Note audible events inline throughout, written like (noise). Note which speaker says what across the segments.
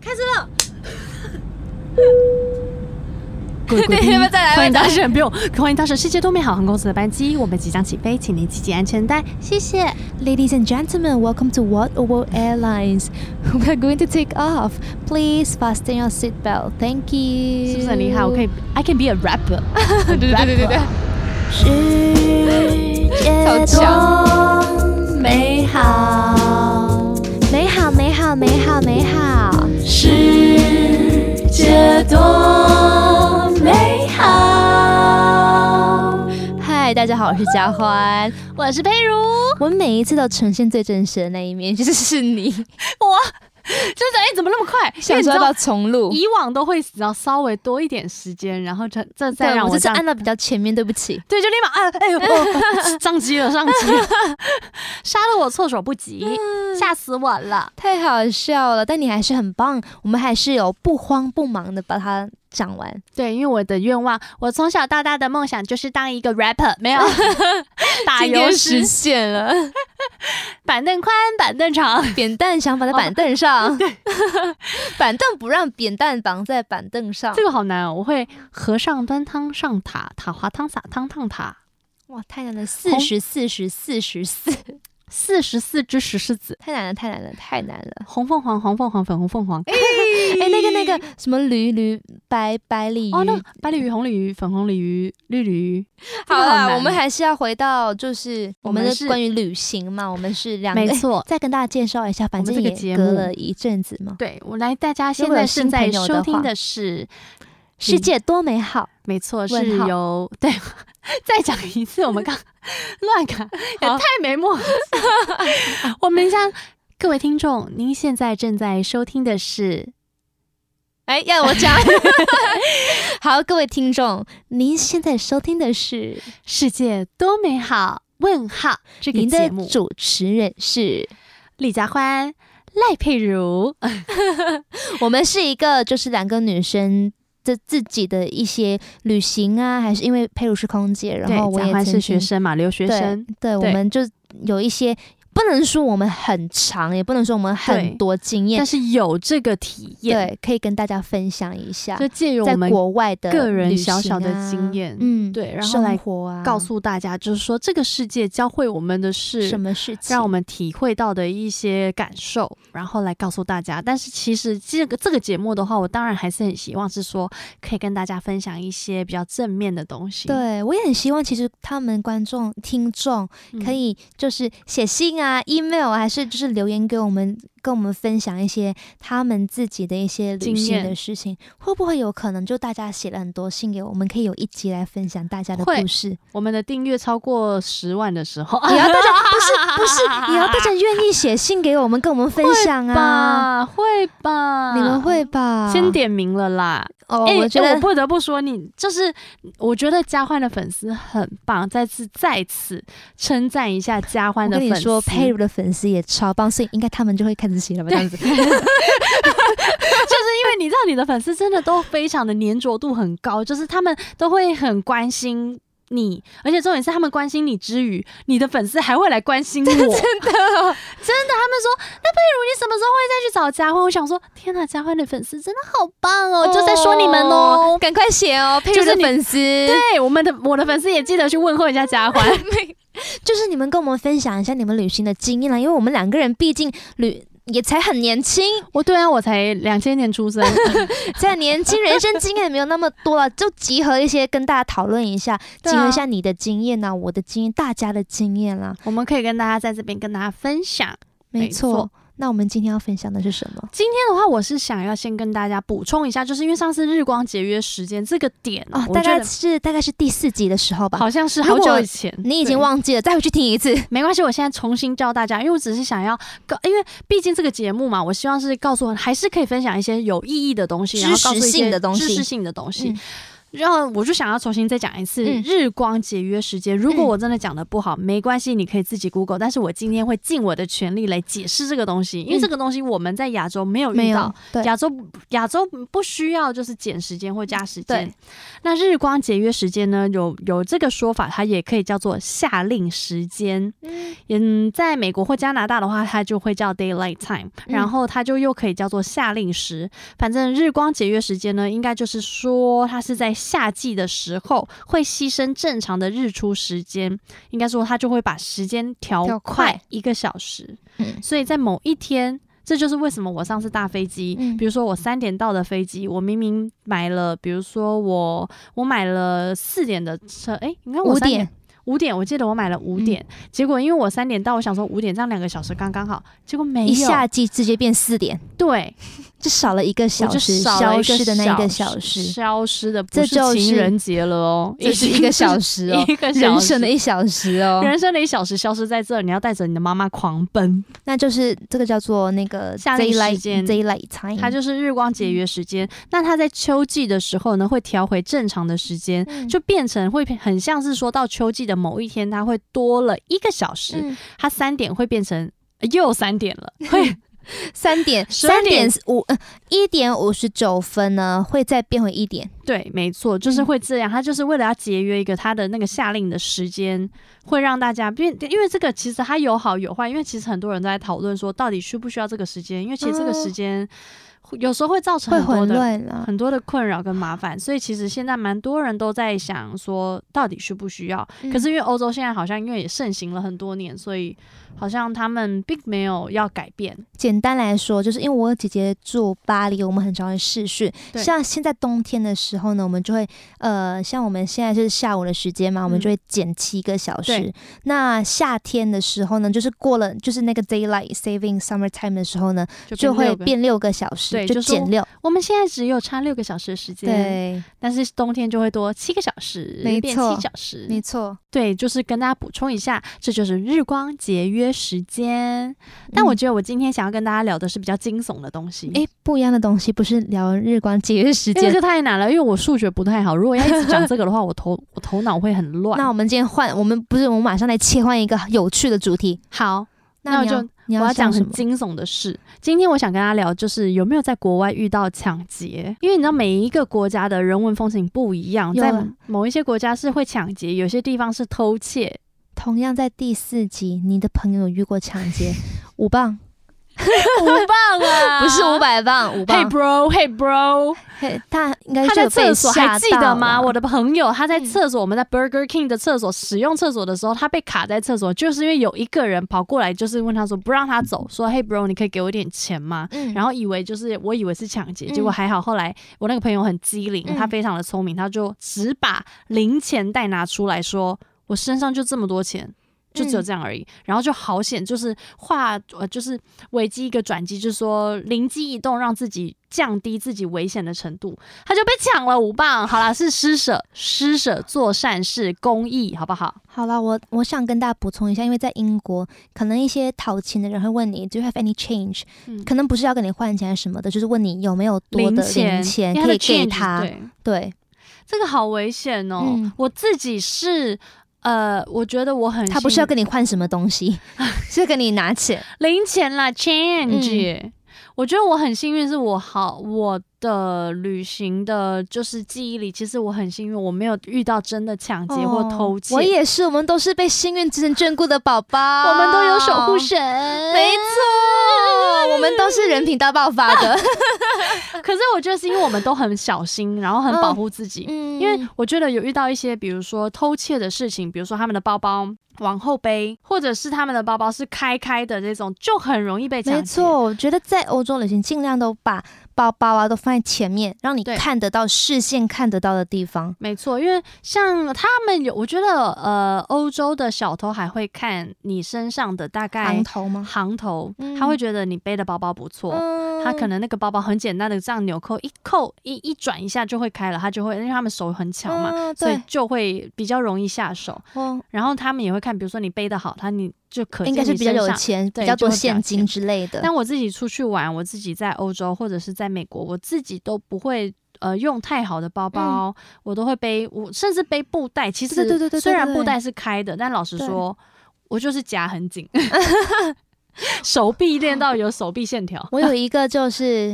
Speaker 1: 开车了，
Speaker 2: 各位贵宾 (laughs)
Speaker 1: 对要不要再来。
Speaker 2: 欢迎搭乘，不用，欢迎搭乘世界多美好航空公司的班机，我们即将起飞，请您系紧安全带，谢谢。
Speaker 3: Ladies and gentlemen, welcome to World Oval Airlines. (laughs) We're going to take off. Please fasten your seatbelt. Thank you.
Speaker 2: 是不是很厉害？我 (laughs) 可以，I can be a rapper
Speaker 1: 对对对对对
Speaker 3: 超
Speaker 1: 对，强
Speaker 3: 美好，美好，美好，美好，美好，世界多美好。嗨，大家好，我是佳欢，
Speaker 2: 我是佩如，
Speaker 3: 我每一次都呈现最真实的那一面，就是是你，
Speaker 1: (laughs)
Speaker 2: 我真的哎，怎么那么快？因为
Speaker 1: 想
Speaker 2: 你知
Speaker 1: 说要
Speaker 2: 道
Speaker 1: 不要重录？
Speaker 2: 以往都会只要稍微多一点时间，然后这这再
Speaker 3: 对，
Speaker 2: 让
Speaker 3: 我
Speaker 2: 我
Speaker 3: 这次
Speaker 2: 这样
Speaker 3: 按到比较前面，对不起。
Speaker 2: 对，就立马按， (laughs) 哎呦，哦上机了，上机 (laughs) 了，杀了我措手不及，吓死我了。
Speaker 3: 太好笑了，但你还是很棒，我们还是有不慌不忙的把它讲 (laughs) 完。
Speaker 2: 对，因为我的愿望，我从小到大的梦想就是当一个 rapper，
Speaker 3: (laughs)
Speaker 2: 没有打
Speaker 1: 今
Speaker 2: 油
Speaker 1: 天
Speaker 2: 诗
Speaker 1: 实，现了，
Speaker 2: (laughs) 板凳宽，板凳长。
Speaker 3: 扁担想绑在板凳上， (laughs) 板凳不让扁担绑在板凳上
Speaker 2: 这。个好难哦，我会和尚端汤上塔，塔滑汤洒汤烫塔。
Speaker 3: 哇，太难了，四十四十四十四， (laughs)
Speaker 2: 四十四只石狮子，
Speaker 3: 太难了，太难了，太难了。
Speaker 2: 红凤凰，黄凤凰，粉红凤凰。
Speaker 3: 哎，那个那个什么驴驴白白鲤鱼，
Speaker 2: 哦，那白鲤鱼、红鲤鱼、粉红鲤鱼、绿鲤鱼。这
Speaker 3: 好
Speaker 2: 个
Speaker 3: 啦，
Speaker 2: 难
Speaker 3: 我们还是要回到就是
Speaker 2: 我
Speaker 3: 我
Speaker 2: 们
Speaker 3: 们
Speaker 2: 是
Speaker 3: 的关于旅行嘛，我们是两个
Speaker 2: 没。错，
Speaker 3: 再跟大家介绍一下，反
Speaker 2: 我们
Speaker 3: 正
Speaker 2: 这个
Speaker 3: 也
Speaker 2: 节
Speaker 3: 隔
Speaker 2: 目
Speaker 3: 了一阵子嘛，
Speaker 2: 对我来，大家现
Speaker 3: 果有
Speaker 2: 在
Speaker 3: 新
Speaker 2: 正在
Speaker 3: 朋友的
Speaker 2: 收听
Speaker 3: 话
Speaker 2: 的是。
Speaker 3: 世界多美好。
Speaker 2: 没错，
Speaker 3: 问
Speaker 2: 是
Speaker 3: 号
Speaker 2: 由 (laughs) 对，再讲一次，我们 (laughs) 刚乱改，也
Speaker 3: 好
Speaker 2: 太没默契了。我们像各位听众，您现在正在收听的是
Speaker 3: 哎，要我讲。 (laughs) 好，各位听众，您现在收听的是
Speaker 2: 《世界多美好》问号这个
Speaker 3: 您
Speaker 2: 节
Speaker 3: 的
Speaker 2: 目，
Speaker 3: 主持人是，
Speaker 2: 李佳欢、赖佩如，
Speaker 3: 我们是一个就是两个女生。这自己的一些旅行啊，还是因为佩如是空姐，然后我
Speaker 2: 佳
Speaker 3: 也
Speaker 2: 欢
Speaker 3: 曾
Speaker 2: 是学
Speaker 3: 经，
Speaker 2: 生嘛，留学
Speaker 3: 对
Speaker 2: 生，
Speaker 3: 对，我
Speaker 2: 对
Speaker 3: 们就有一些不能说我们很长，也不能说我们
Speaker 2: 对
Speaker 3: 很多经验
Speaker 2: 但，是有这个体验，
Speaker 3: 对，可以跟大家分享一下
Speaker 2: 就，借由
Speaker 3: 在
Speaker 2: 我们
Speaker 3: 国外的
Speaker 2: 个人
Speaker 3: 旅行
Speaker 2: 小小的
Speaker 3: 啊
Speaker 2: 经验
Speaker 3: 嗯，
Speaker 2: 对然后
Speaker 3: 生
Speaker 2: 来
Speaker 3: 活啊，
Speaker 2: 告诉大家，就是说这个世界教会我们的是
Speaker 3: 什么事情，
Speaker 2: 让我们体会到的一些感受，然后来告诉大家。但是其实这个这个节目的话，我当然还是很希望是说可以跟大家分享一些比较正面的东西。，
Speaker 3: 对，我也很希望，其实他们观众、听众
Speaker 2: 嗯
Speaker 3: 可以就是写信啊、email 啊还是就是留言给我们，跟我们分享一些他们自己的一些旅
Speaker 2: 经
Speaker 3: 行的
Speaker 2: 验
Speaker 3: 事情。会不会有可能就大家写了很多信给我们，可以有一集来分享大家的
Speaker 2: 会
Speaker 3: 故
Speaker 2: (laughs)
Speaker 3: 事？
Speaker 2: 我们的订阅超过十万的时候，
Speaker 3: (laughs) 也要大家不是不是，也要大家愿意写信给我们，跟我们分享啊。
Speaker 2: 吧，会吧？
Speaker 3: 你们会吧？
Speaker 2: 先点名了啦！
Speaker 3: 哦，
Speaker 2: 哎
Speaker 3: 我觉
Speaker 2: 哎
Speaker 3: 得
Speaker 2: 我不得不说你，就是我觉得嘉欢的粉丝很棒，再次再次称赞一下嘉欢
Speaker 3: 我
Speaker 2: 的
Speaker 3: 跟
Speaker 2: 粉
Speaker 3: 你
Speaker 2: 丝。
Speaker 3: 说，佩如的粉丝也超棒，所以应该他们就会开始写了吧？这样
Speaker 2: (laughs)
Speaker 3: 子。
Speaker 2: 就是因哎为你知道，你的粉丝真的都非常的粘着度很高，就是他们都会很关心你，而且重点是他们关心你之余，你的粉丝还会来关心我，真 (laughs) 的哦真的，他们说那佩如你什么时候会再去找佳欢？我想说，天哪，佳欢的粉丝真的好棒哦，就在说你们哦。
Speaker 3: 赶快写哦，佩
Speaker 2: 就
Speaker 3: 如
Speaker 2: 是
Speaker 3: 的
Speaker 2: 你
Speaker 3: 粉丝，
Speaker 2: 对，我们的我的粉丝也记得去问候一下佳欢，
Speaker 3: (laughs) 就是你们跟我们分享一下你们旅行的经验啦，因为我们两个人毕竟旅也才很年轻，
Speaker 2: (laughs) 我对啊，我才两千年 (laughs) 出生，
Speaker 3: 才很年轻，人生经验没有那么多了，就集合一些跟大家讨论一下，
Speaker 2: 对啊
Speaker 3: 集合一下你的经验呐、我的经验，大家的经验啦，
Speaker 2: 我们可以跟大家在这边跟大家分享。没
Speaker 3: 没
Speaker 2: 错
Speaker 3: 错。那我们今天要分享的是什么？
Speaker 2: 今天的话，我是想要先跟大家补充一下，就是因为上次日光节约时间这个点
Speaker 3: 哦，
Speaker 2: 我
Speaker 3: 大
Speaker 2: 觉
Speaker 3: 概
Speaker 2: 得
Speaker 3: 是大概是第四集的时候吧。
Speaker 2: 好像是
Speaker 3: 如
Speaker 2: 好
Speaker 3: 果
Speaker 2: 久以前，
Speaker 3: 你已经
Speaker 2: 对
Speaker 3: 忘记了，再回去听一次。
Speaker 2: 没关系，我现在重新教大家，因为我只是想要告，因为毕竟这个节目嘛，我希望是告诉还是可以分享一些有意义的东西，然后
Speaker 3: 知识
Speaker 2: 告诉一些
Speaker 3: 性的东西
Speaker 2: 知识性的东西。
Speaker 3: 嗯
Speaker 2: 然后我就想要重新再讲一次
Speaker 3: 嗯
Speaker 2: 日光节约时间。如果
Speaker 3: 嗯
Speaker 2: 我真的讲的不好，没关系，你可以自己 Google。但是我今天会尽我的全力来解释这个东西，因为
Speaker 3: 嗯
Speaker 2: 这个东西我们在亚洲没有
Speaker 3: 没
Speaker 2: 遇
Speaker 3: 有
Speaker 2: 到，
Speaker 3: 对嗯
Speaker 2: 亚洲亚洲不需要就是减时间或加时间
Speaker 3: 对。
Speaker 2: 那日光节约时间呢？有有这个说法，它也可以叫做夏令时间。
Speaker 3: 嗯
Speaker 2: 嗯，在美国或加拿大的话，它就会叫 daylight time，
Speaker 3: 嗯
Speaker 2: 然后它就又可以叫做夏令时。反正日光节约时间呢，应该就是说它是在夏季的时候会牺牲正常的日出时间，应该说它就会把时间调
Speaker 3: 调
Speaker 2: 快
Speaker 3: 快
Speaker 2: 一个小时。
Speaker 3: 嗯
Speaker 2: 所以在某一天，这就是为什么我上次搭飞机，
Speaker 3: 嗯
Speaker 2: 比如说我三点到的飞机，我明明买了，比如说我我买了四点的车，诶，你看我
Speaker 3: 五
Speaker 2: 三点
Speaker 3: 点。嗯
Speaker 2: 五点，我记得我买了五点，结果因为我三点到，我想说五点这样两个小时刚刚好，结果没有，
Speaker 3: 一夏季直接变四点，
Speaker 2: 对，
Speaker 3: 就少了一个
Speaker 2: 我
Speaker 3: 小
Speaker 2: 就
Speaker 3: 时，
Speaker 2: 少了
Speaker 3: 消
Speaker 2: 一
Speaker 3: 失的那一个小
Speaker 2: 时， (laughs)
Speaker 3: 时，
Speaker 2: 消失的，
Speaker 3: 这就是
Speaker 2: 情人节了哦，
Speaker 3: 这是一个小
Speaker 2: 时，
Speaker 3: 时哦，
Speaker 2: (laughs) 一个小
Speaker 3: 人
Speaker 2: 时
Speaker 3: 生的一小时哦，
Speaker 2: 人生的一小时消失在这，你要带着你的妈妈狂奔，
Speaker 3: (laughs) 那就是这个叫做那个
Speaker 2: 夏令时
Speaker 3: daylight
Speaker 2: 间
Speaker 3: daylight time，
Speaker 2: 它就是日光节约时间。那它在秋季的时候呢，会调回正常的时间，
Speaker 3: 嗯
Speaker 2: 就变成会很像是说到秋季的某一天，它会多了一个小时，
Speaker 3: 嗯
Speaker 2: 它三点会变成呃又三
Speaker 3: (laughs)
Speaker 2: 点了，会
Speaker 3: 三点
Speaker 2: 十二
Speaker 3: 三
Speaker 2: 点
Speaker 3: 点五呃一点五十九分呢，会再变回一点。
Speaker 2: 对，没错，就是
Speaker 3: 嗯
Speaker 2: 会这样。它就是为了要节约一个它的那个夏令的时间，会让大家变，因为这个其实它有好有坏，因为其实很多人都在讨论说到底需不需要这个时间，因为其实这个
Speaker 3: 哦
Speaker 2: 时间会有时候会造成
Speaker 3: 会
Speaker 2: 很多
Speaker 3: 混
Speaker 2: 的
Speaker 3: 乱啦。
Speaker 2: 很多的困扰跟麻烦，所以其实现在蛮多人都在想说，到底需不需要？
Speaker 3: 嗯
Speaker 2: 可是因为欧洲现在好像因为也盛行了很多年，所以好像他们并没有要改变。
Speaker 3: 简单来说，就是因为我姐姐住巴黎，我们很常会视讯。
Speaker 2: 对
Speaker 3: 像现在冬天的时候呢，我们就会呃，像我们现在是下午的时间嘛，我们就会减七个小时。
Speaker 2: 嗯对
Speaker 3: 那夏天的时候呢，就是过了就是那个 daylight saving summer time 的时候呢，
Speaker 2: 就
Speaker 3: 就会
Speaker 2: 六个
Speaker 3: 变六个小时，
Speaker 2: 对
Speaker 3: 就
Speaker 2: 就是
Speaker 3: 减六。
Speaker 2: 我们现在只有差六个小时的时间，，
Speaker 3: 对，
Speaker 2: 但是冬天就会多七个小时，
Speaker 3: 没
Speaker 2: 变
Speaker 3: 错
Speaker 2: 七小时，
Speaker 3: 没错。
Speaker 2: 对，就是跟大家补充一下，这就是日光节约时间。但我
Speaker 3: 嗯
Speaker 2: 觉得我今天想要跟大家聊的是比较惊悚的东西，
Speaker 3: 诶，不一样的东西，不是聊日光节约时
Speaker 2: 因为这
Speaker 3: 间。
Speaker 2: 个太难了，因为我数学不太好，如果要一直讲这个的话，我头 (laughs) 我头脑会很乱。
Speaker 3: 那我们今天换，我们不是我们马上来切换一个有趣的主题。
Speaker 2: 好，那
Speaker 3: 那
Speaker 2: 我
Speaker 3: 你
Speaker 2: 就
Speaker 3: 要你
Speaker 2: 我要
Speaker 3: 讲
Speaker 2: 讲
Speaker 3: 什
Speaker 2: 很
Speaker 3: 么？
Speaker 2: 惊悚的事。今天我想跟大家聊，就是有没有在国外遇到抢劫？因为你知道每一个国家的人文风情不一样，
Speaker 3: 有
Speaker 2: 在
Speaker 3: 啊
Speaker 2: 某一些国家是会抢劫，有些地方是偷窃。
Speaker 3: 同样在第四集，你的朋友有遇过抢
Speaker 2: (laughs)
Speaker 3: 劫，五磅
Speaker 2: 五磅 (laughs) 啊
Speaker 3: 不是五。百磅，五
Speaker 2: Hey
Speaker 3: 磅。
Speaker 2: bro, hey bro，
Speaker 3: 嘿他应该
Speaker 2: 他
Speaker 3: 就
Speaker 2: 在
Speaker 3: 有哎被
Speaker 2: 厕所还
Speaker 3: 吓
Speaker 2: 记得
Speaker 3: 到
Speaker 2: 吗？
Speaker 3: 了
Speaker 2: 我的朋友他在
Speaker 3: 嗯
Speaker 2: 厕所，我们在 Burger King 的厕所使用厕所的时候，他被卡在厕所，就是因为有一个人跑过来，就是问他说不让他走，说 Hey bro，你可以给我一点钱吗？
Speaker 3: 嗯，
Speaker 2: 然后以为就是我以为是抢劫，
Speaker 3: 嗯
Speaker 2: 结果还好。后来我那个朋友很机灵，
Speaker 3: 嗯
Speaker 2: 他非常的聪明，他就只把零钱袋拿出来说：“我身上就这么多钱。”就
Speaker 3: 嗯
Speaker 2: 只有这样而已，然后就好险，就是化呃，就是危机一个转机，就是说灵机一动，让自己降低自己危险的程度，他就被抢了五磅。好啦，是施舍，施舍做善事，公益，好不好？
Speaker 3: 好了，我我想跟大家补充一下，因为在英国，可能一些讨钱的人会问你 “Do you have any change？”、
Speaker 2: 嗯
Speaker 3: 可能不是要跟你换钱什么的，就是问你有没有多的
Speaker 2: 钱，
Speaker 3: 零钱
Speaker 2: 因为
Speaker 3: 可以
Speaker 2: 的
Speaker 3: 给
Speaker 2: change 是
Speaker 3: 他。
Speaker 2: 对
Speaker 3: 对，
Speaker 2: 这个好危险哦！
Speaker 3: 嗯
Speaker 2: 我自己是，呃，我觉得我很
Speaker 3: 他不是要
Speaker 2: 幸
Speaker 3: 跟你换什么东
Speaker 2: (laughs)
Speaker 3: 西，是要跟你拿钱。
Speaker 2: 零钱啦，change。我
Speaker 3: 嗯
Speaker 2: 觉得我很幸运，是我好我的旅行的，就是记忆里，其实我很幸运，我没有遇到真的抢劫或偷窃。
Speaker 3: 哦我也是，我们都是被幸运之神眷顾的宝宝，
Speaker 2: 我
Speaker 3: 我
Speaker 2: 们都有守护，神，
Speaker 3: 没错，哦我们都是人品大爆发的，
Speaker 2: (laughs) (laughs) 可是我觉得是因为我们都很小心，然后很保护自己。
Speaker 3: 嗯
Speaker 2: 因为我觉得有遇到一些，比如说偷窃的事情，比如说他们的包包往后背，或者是他们的包包是开开的这种，就很容易被抢劫。
Speaker 3: 没错，我觉得在欧洲旅行尽量都把包包啊都放在前面，让你
Speaker 2: 对
Speaker 3: 看得到、视线看得到的地方。
Speaker 2: 没错，因为像他们有，我觉得呃，欧洲的小偷还会看你身上的大概
Speaker 3: 昂头吗？
Speaker 2: 行头，
Speaker 3: 嗯
Speaker 2: 他会觉得你背的包包不错。
Speaker 3: 嗯
Speaker 2: 哦他可能那个包包很简单的这样纽扣一扣一一转一下就会开了，他就会因为他们手很巧嘛，
Speaker 3: 嗯
Speaker 2: 所以
Speaker 3: 对，
Speaker 2: 就会比较容易下手。
Speaker 3: 哦，
Speaker 2: 然后他们也会看，比如说你背的好，他你就可见
Speaker 3: 应该是
Speaker 2: 你
Speaker 3: 比较
Speaker 2: 身
Speaker 3: 有
Speaker 2: 上
Speaker 3: 钱，
Speaker 2: 对
Speaker 3: 比较多
Speaker 2: 就会比较
Speaker 3: 现金
Speaker 2: 钱
Speaker 3: 之类的。
Speaker 2: 但我自己出去玩，我自己在欧洲或者是在美国，我自己都不会呃用太好的包包，我都会背，我甚至背布袋。其实
Speaker 3: 对对对对对
Speaker 2: 虽然
Speaker 3: 对
Speaker 2: 布袋是开的，但老实
Speaker 3: 对
Speaker 2: 说，我就是夹很紧， (laughs) 手臂练到有手臂线条。
Speaker 3: 我有一个就是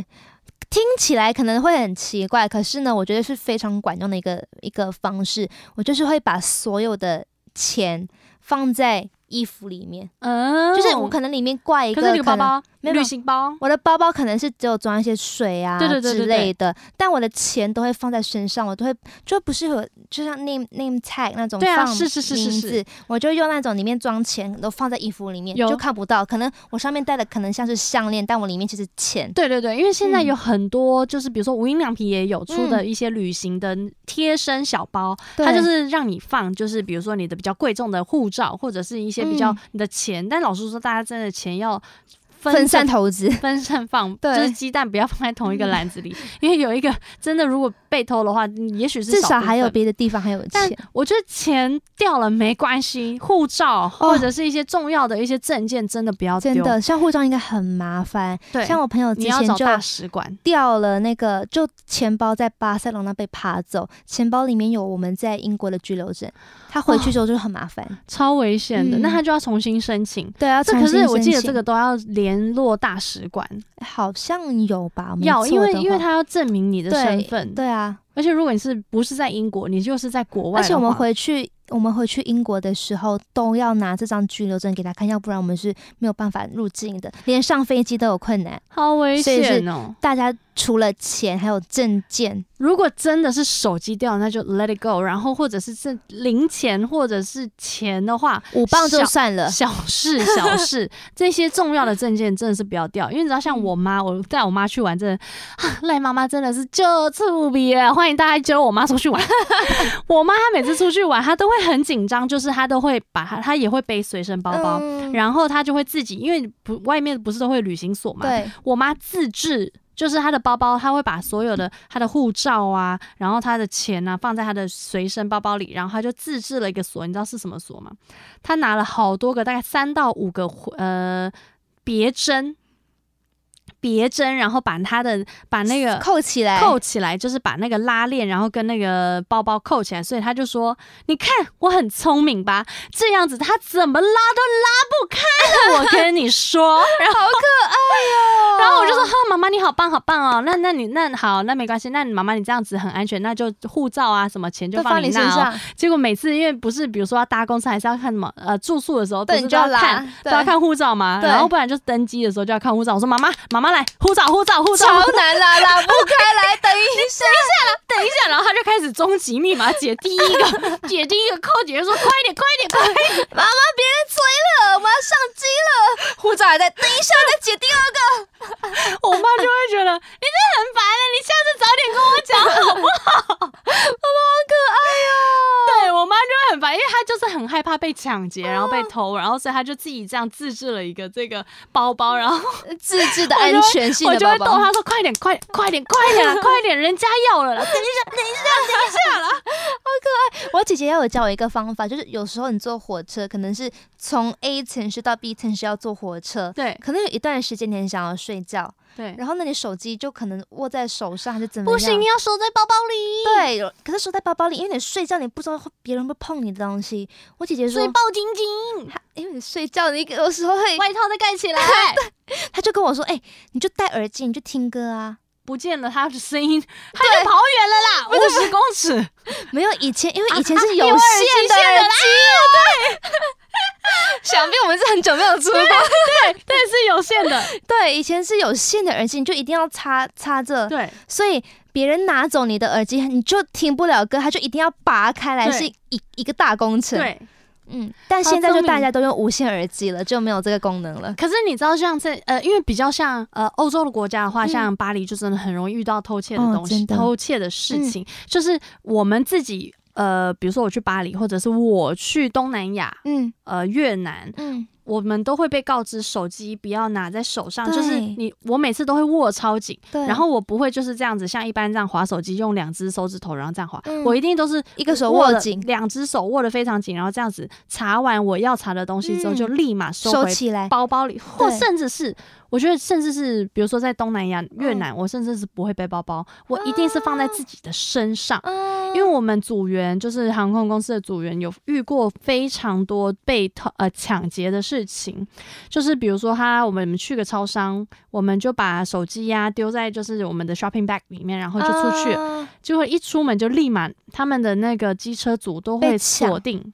Speaker 3: 听起来可能会很奇怪，可是呢，我觉得是非常管用的一个一个方式。我就是会把所有的钱放在衣服里面，
Speaker 2: 嗯，
Speaker 3: 就是我可能里面挂一个，
Speaker 2: 可是你的包
Speaker 3: 能
Speaker 2: 包
Speaker 3: 没有没有
Speaker 2: 旅行包，
Speaker 3: 我的包包可能是只有装一些水啊
Speaker 2: 对对对对
Speaker 3: 之
Speaker 2: 对
Speaker 3: 类的，但我的钱都会放在身上，我都会就不是有就像 name name tag 那种
Speaker 2: 对啊
Speaker 3: 放
Speaker 2: 是是是是
Speaker 3: 名
Speaker 2: 是
Speaker 3: 字我就用那种里面装钱都放在衣服里面，
Speaker 2: 有
Speaker 3: 就看不到。可能我上面戴的可能像是项链，但我里面其实钱。
Speaker 2: 对对对，因为现在
Speaker 3: 嗯
Speaker 2: 有很多就是比如说无印良品也有出的一些旅行的贴身小包，它就是让你放，就是比如说你的比较贵重的护照或者是一些比较
Speaker 3: 嗯
Speaker 2: 你的钱，但老实说，大家真的钱要分
Speaker 3: 分散
Speaker 2: 着
Speaker 3: 投资，
Speaker 2: 分散放，就
Speaker 3: 对嗯
Speaker 2: 是鸡蛋不要放在同一个篮子里，因为有一个真的如果被偷的话，也许是
Speaker 3: 至
Speaker 2: 少
Speaker 3: 少
Speaker 2: 部
Speaker 3: 还有
Speaker 2: 分
Speaker 3: 别的地方还有
Speaker 2: 但
Speaker 3: 钱。
Speaker 2: 我觉得钱掉了没关系，护照或者是一些重要的一些证件，真的不要丢。
Speaker 3: 真的，像护照应该很麻烦。
Speaker 2: 对，
Speaker 3: 像我朋友之
Speaker 2: 你要
Speaker 3: 前
Speaker 2: 找
Speaker 3: 就
Speaker 2: 大使馆，
Speaker 3: 掉了那个，就钱包在巴塞罗那被扒走，钱包里面有我们在英国的居留证，他回去之后就很麻烦。
Speaker 2: 超危险的，
Speaker 3: 嗯
Speaker 2: 那他就要重新申请。
Speaker 3: 对啊，
Speaker 2: 这
Speaker 3: 重
Speaker 2: 可
Speaker 3: 新
Speaker 2: 是我记得
Speaker 3: 申
Speaker 2: 这
Speaker 3: 请
Speaker 2: 个都要联络大使馆，
Speaker 3: 好像有吧？没
Speaker 2: 要
Speaker 3: 错
Speaker 2: 因为
Speaker 3: 的
Speaker 2: 因为
Speaker 3: 话
Speaker 2: 他要证明你的
Speaker 3: 对
Speaker 2: 身份，
Speaker 3: 对啊，
Speaker 2: 而且如果你是不是在英国，你就是在国外
Speaker 3: 而
Speaker 2: 的话，
Speaker 3: 且我们回去我们回去英国的时候都要拿这张居留证给他看，要不然我们是没有办法入境的，连上飞机都有困难。
Speaker 2: 好危
Speaker 3: 所以是
Speaker 2: 险哦。
Speaker 3: 大家除了钱还有证件，
Speaker 2: 如果真的是手机掉了，那就 let it go，然后或者是这零钱或者是钱的话，
Speaker 3: 五磅就
Speaker 2: 小
Speaker 3: 算了。
Speaker 2: 小事小 (laughs) 事，这些重要的证件真的是不要掉，因为你知道，像我妈，我带我妈去玩，真的，啊赖妈妈真的是就醋比了，欢迎大家揪我妈出去 (laughs) 玩。我妈她每次出去玩，她都会很紧张，就是她都会把她，她也会背随身包包，
Speaker 3: 嗯
Speaker 2: 然后她就会自己，因为不外面不是都会旅行所嘛，
Speaker 3: 对，
Speaker 2: 我妈自制，就是她的包包，她会把所有的她的护照啊，然后她的钱啊，放在她的随身包包里，然后她就自制了一个锁，你知道是什么锁吗？她拿了好多个，大概三到五个呃别针，别针，然后把她的把那个。
Speaker 3: 扣起来，
Speaker 2: 扣起来就是把那个拉链，然后跟那个包包扣起来，所以她就说：“你看我很聪明吧？这样子她怎么拉都拉不开了。”我跟你说， (laughs) 然后然后我就说：“哈，妈妈你好棒，好棒哦！那那你那好，那没关系，那你妈妈你这样子很安全，那就护照啊什么钱就
Speaker 3: 都放
Speaker 2: 你
Speaker 3: 身
Speaker 2: 那、哦。
Speaker 3: 上，”
Speaker 2: 结果每次因为不是，比如说要搭公车还是要看什么呃住宿的时候，不
Speaker 3: 对，
Speaker 2: 是
Speaker 3: 你就
Speaker 2: 都
Speaker 3: 要
Speaker 2: 看
Speaker 3: 拉，
Speaker 2: 都
Speaker 3: 对
Speaker 2: 要看护照嘛，
Speaker 3: 对
Speaker 2: 然后不然就是登机的时候就要看护照。我说：“妈妈，妈妈来护照，护照，护照
Speaker 3: 超。难拉，拉 (laughs) 不开来，等一下，
Speaker 2: 等一下，然后他就开始终极密码解第一 (laughs) 个解第一个扣，姐姐说：“快一点，快一点，快一点！”
Speaker 3: 妈妈别人催了，我们要上机了，护照还在，等一下再解第二个，
Speaker 2: 我妈就会觉得你这很烦的、你下次早点跟我讲好不好？妈妈好可爱哦。对我妈就会很烦，因为她就是很害怕被抢劫，然后被偷，然后所以她就自己这样自制了一个这个包包，然后 (laughs)
Speaker 3: 自制的
Speaker 2: 我就
Speaker 3: 安
Speaker 2: 会
Speaker 3: 全性
Speaker 2: 我
Speaker 3: 的
Speaker 2: 就会
Speaker 3: 包
Speaker 2: 逗
Speaker 3: 包，
Speaker 2: 她说快点，快点，快点，快点啊，快点，人家要了啦，等一下，等一下，等一下啦。
Speaker 3: 我姐姐要有教我一个方法，就是有时候你坐火车，可能是从 A 城市到 B 城市要坐火车。
Speaker 2: (laughs) 对
Speaker 3: 可能有一段时间你很想要睡觉，
Speaker 2: 对，
Speaker 3: 然后那你手机就可能握在手上还是怎么样？
Speaker 2: 不行，你要收在包包里，
Speaker 3: 对，有可是手在包包里，因为你睡觉你不知道会别人会碰你的东西。我姐姐
Speaker 2: 所以
Speaker 3: 说，
Speaker 2: 抱紧 (laughs) 紧，
Speaker 3: 她因为你睡觉你有时候会，
Speaker 2: 外套再盖起来。 (laughs)
Speaker 3: 她就跟我说，哎、你就戴耳机，你就听歌啊。
Speaker 2: 不见了他的
Speaker 3: (laughs)
Speaker 2: 声音，他就跑远了啦，五十公尺。啊
Speaker 3: 没有以前，因为以前是
Speaker 2: 有
Speaker 3: 有
Speaker 2: 耳
Speaker 3: 线
Speaker 2: 机
Speaker 3: 的
Speaker 2: 啊线的
Speaker 3: 耳机，对。想必我们是很久没有出过。
Speaker 2: (laughs) 对，是有限
Speaker 3: (laughs)
Speaker 2: 的。
Speaker 3: 对，以前是有线的耳机，你就一定要插插着，
Speaker 2: 对，
Speaker 3: 所以别人拿走你的耳机，你就听不了歌，他就一定要拔开来，
Speaker 2: 对
Speaker 3: 是一一个大工程。，
Speaker 2: 对，
Speaker 3: 嗯，但
Speaker 2: 好
Speaker 3: 现在
Speaker 2: 聪
Speaker 3: 就
Speaker 2: 明
Speaker 3: 大家都用无线耳机了，就没有这个功能了。
Speaker 2: 可是你知道，像在呃，因为比较像呃欧洲的国家的话，
Speaker 3: 嗯
Speaker 2: 像巴黎就真的很容易遇到偷窃的
Speaker 3: 哦
Speaker 2: 东西、
Speaker 3: 真的嗯
Speaker 2: 偷窃的事情，就是我们自己呃，比如说我去巴黎，或者是我去东南亚，
Speaker 3: 嗯
Speaker 2: 呃越南，
Speaker 3: 嗯，
Speaker 2: 我们都会被告知手机不要拿在手上，
Speaker 3: 对
Speaker 2: 就是你我每次都会握超紧，
Speaker 3: 对。
Speaker 2: 然后我不会就是这样子像一般这样划手机，用两只手指头然后这样划，
Speaker 3: 嗯
Speaker 2: 我一定都是
Speaker 3: 一个手
Speaker 2: 握
Speaker 3: 握
Speaker 2: 了
Speaker 3: 紧，
Speaker 2: 两只手握得非常紧，然后这样子查完我要查的东西之后，
Speaker 3: 嗯
Speaker 2: 就立马收
Speaker 3: 收
Speaker 2: 回
Speaker 3: 起来。
Speaker 2: 包包里，或
Speaker 3: 对
Speaker 2: 甚至是我觉得甚至是比如说在东南亚、
Speaker 3: 嗯
Speaker 2: 越南，我甚至是不会背包包，我一定是
Speaker 3: 啊
Speaker 2: 放在自己的身上。
Speaker 3: 嗯
Speaker 2: 因为我们组员就是航空公司的组员，有遇过非常多被偷呃抢劫的事情，就是比如说他我们去个超商，我们就把手机呀、丢在就是我们的 shopping bag 里面，然后就出去，
Speaker 3: 啊
Speaker 2: 结果一出门就立马他们的那个机车组都会
Speaker 3: 被抢
Speaker 2: 锁定，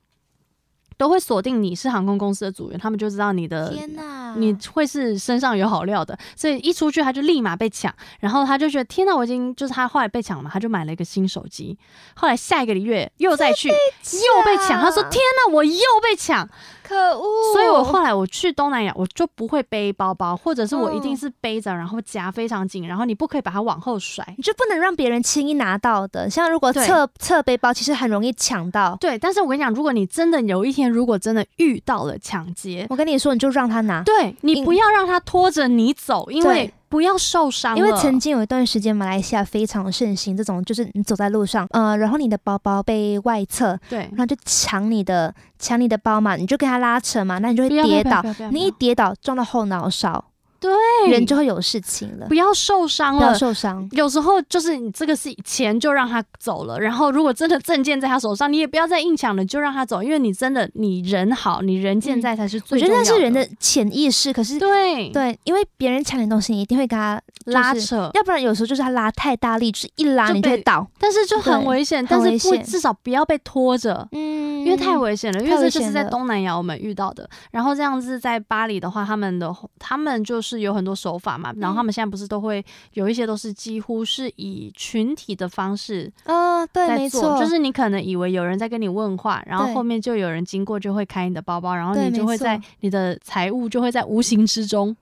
Speaker 2: 都会锁定你是航空公司的组员，他们就知道你的
Speaker 3: 天哪，
Speaker 2: 呃你会是身上有好料的，所以一出去他就立马被抢，然后他就觉得天哪，我已经就是他后来被抢嘛，他就买了一个新手机，后来下一个月又再去又被抢，他说天哪，我又被抢，
Speaker 3: 可恶，
Speaker 2: 所以我后来我去东南亚我就不会背包包，或者是我一定
Speaker 3: 嗯
Speaker 2: 是背着，然后夹非常紧，然后你不可以把它往后甩。
Speaker 3: 你就不能让别人轻易拿到的。像如果
Speaker 2: 对
Speaker 3: 侧侧背包，其实很容易抢到。
Speaker 2: 对，但是我跟你讲，如果你真的有一天如果真的遇到了抢劫，
Speaker 3: 我跟你说，你就让他拿。
Speaker 2: 对你
Speaker 3: 因
Speaker 2: 不要让他拖着你走，因为
Speaker 3: 对
Speaker 2: 不要受伤了，
Speaker 3: 因为曾经有一段时间，马来西亚非常盛行这种，就是你走在路上，呃，然后你的包包被外侧，
Speaker 2: 对
Speaker 3: 然。后就抢你的抢你的包嘛，你就跟他拉扯嘛，那你就会
Speaker 2: 不要
Speaker 3: 跌倒，，你
Speaker 2: 你
Speaker 3: 一跌倒撞到后脑勺，
Speaker 2: 对
Speaker 3: 人就会有事情了
Speaker 2: 不，要受伤
Speaker 3: 不要
Speaker 2: 了。
Speaker 3: 受伤。
Speaker 2: 有时候就是你这个是钱就让他走了，然后如果真的证件在他手上，你也不要再硬抢了，就让他走，因为你真的你人好，你人健在才是
Speaker 3: 嗯我
Speaker 2: 最
Speaker 3: 觉
Speaker 2: 重
Speaker 3: 得
Speaker 2: 要
Speaker 3: 那
Speaker 2: 的。
Speaker 3: 是人的潜意识，可是
Speaker 2: 对
Speaker 3: 对，因为别人抢你东西，你一定会跟他
Speaker 2: 拉
Speaker 3: 就是
Speaker 2: 扯，
Speaker 3: 要不然有时候就是他拉太大力，就是一拉
Speaker 2: 就
Speaker 3: 你就会
Speaker 2: 被
Speaker 3: 倒，
Speaker 2: 但是就很
Speaker 3: 对
Speaker 2: 危险，
Speaker 3: 很
Speaker 2: 但是
Speaker 3: 危
Speaker 2: 不
Speaker 3: 险
Speaker 2: 至少不要被拖着。
Speaker 3: 嗯
Speaker 2: 因为太危险了，因为
Speaker 3: 太
Speaker 2: 这
Speaker 3: 危
Speaker 2: 就是
Speaker 3: 险
Speaker 2: 在
Speaker 3: 了
Speaker 2: 东南亚我们遇到的。然后这样子在巴黎的话，他们的他们就是有很多手法嘛，然后他们现在不是都会有一些都是几乎是以群体的方式
Speaker 3: 啊、对，
Speaker 2: 在
Speaker 3: 没
Speaker 2: 做，
Speaker 3: 错，
Speaker 2: 就是你可能以为有人在跟你问话，然后
Speaker 3: 对
Speaker 2: 后面就有人经过就会开你的包包，然后
Speaker 3: 对
Speaker 2: 你就会
Speaker 3: 没错
Speaker 2: 在你的财物就会在无形之中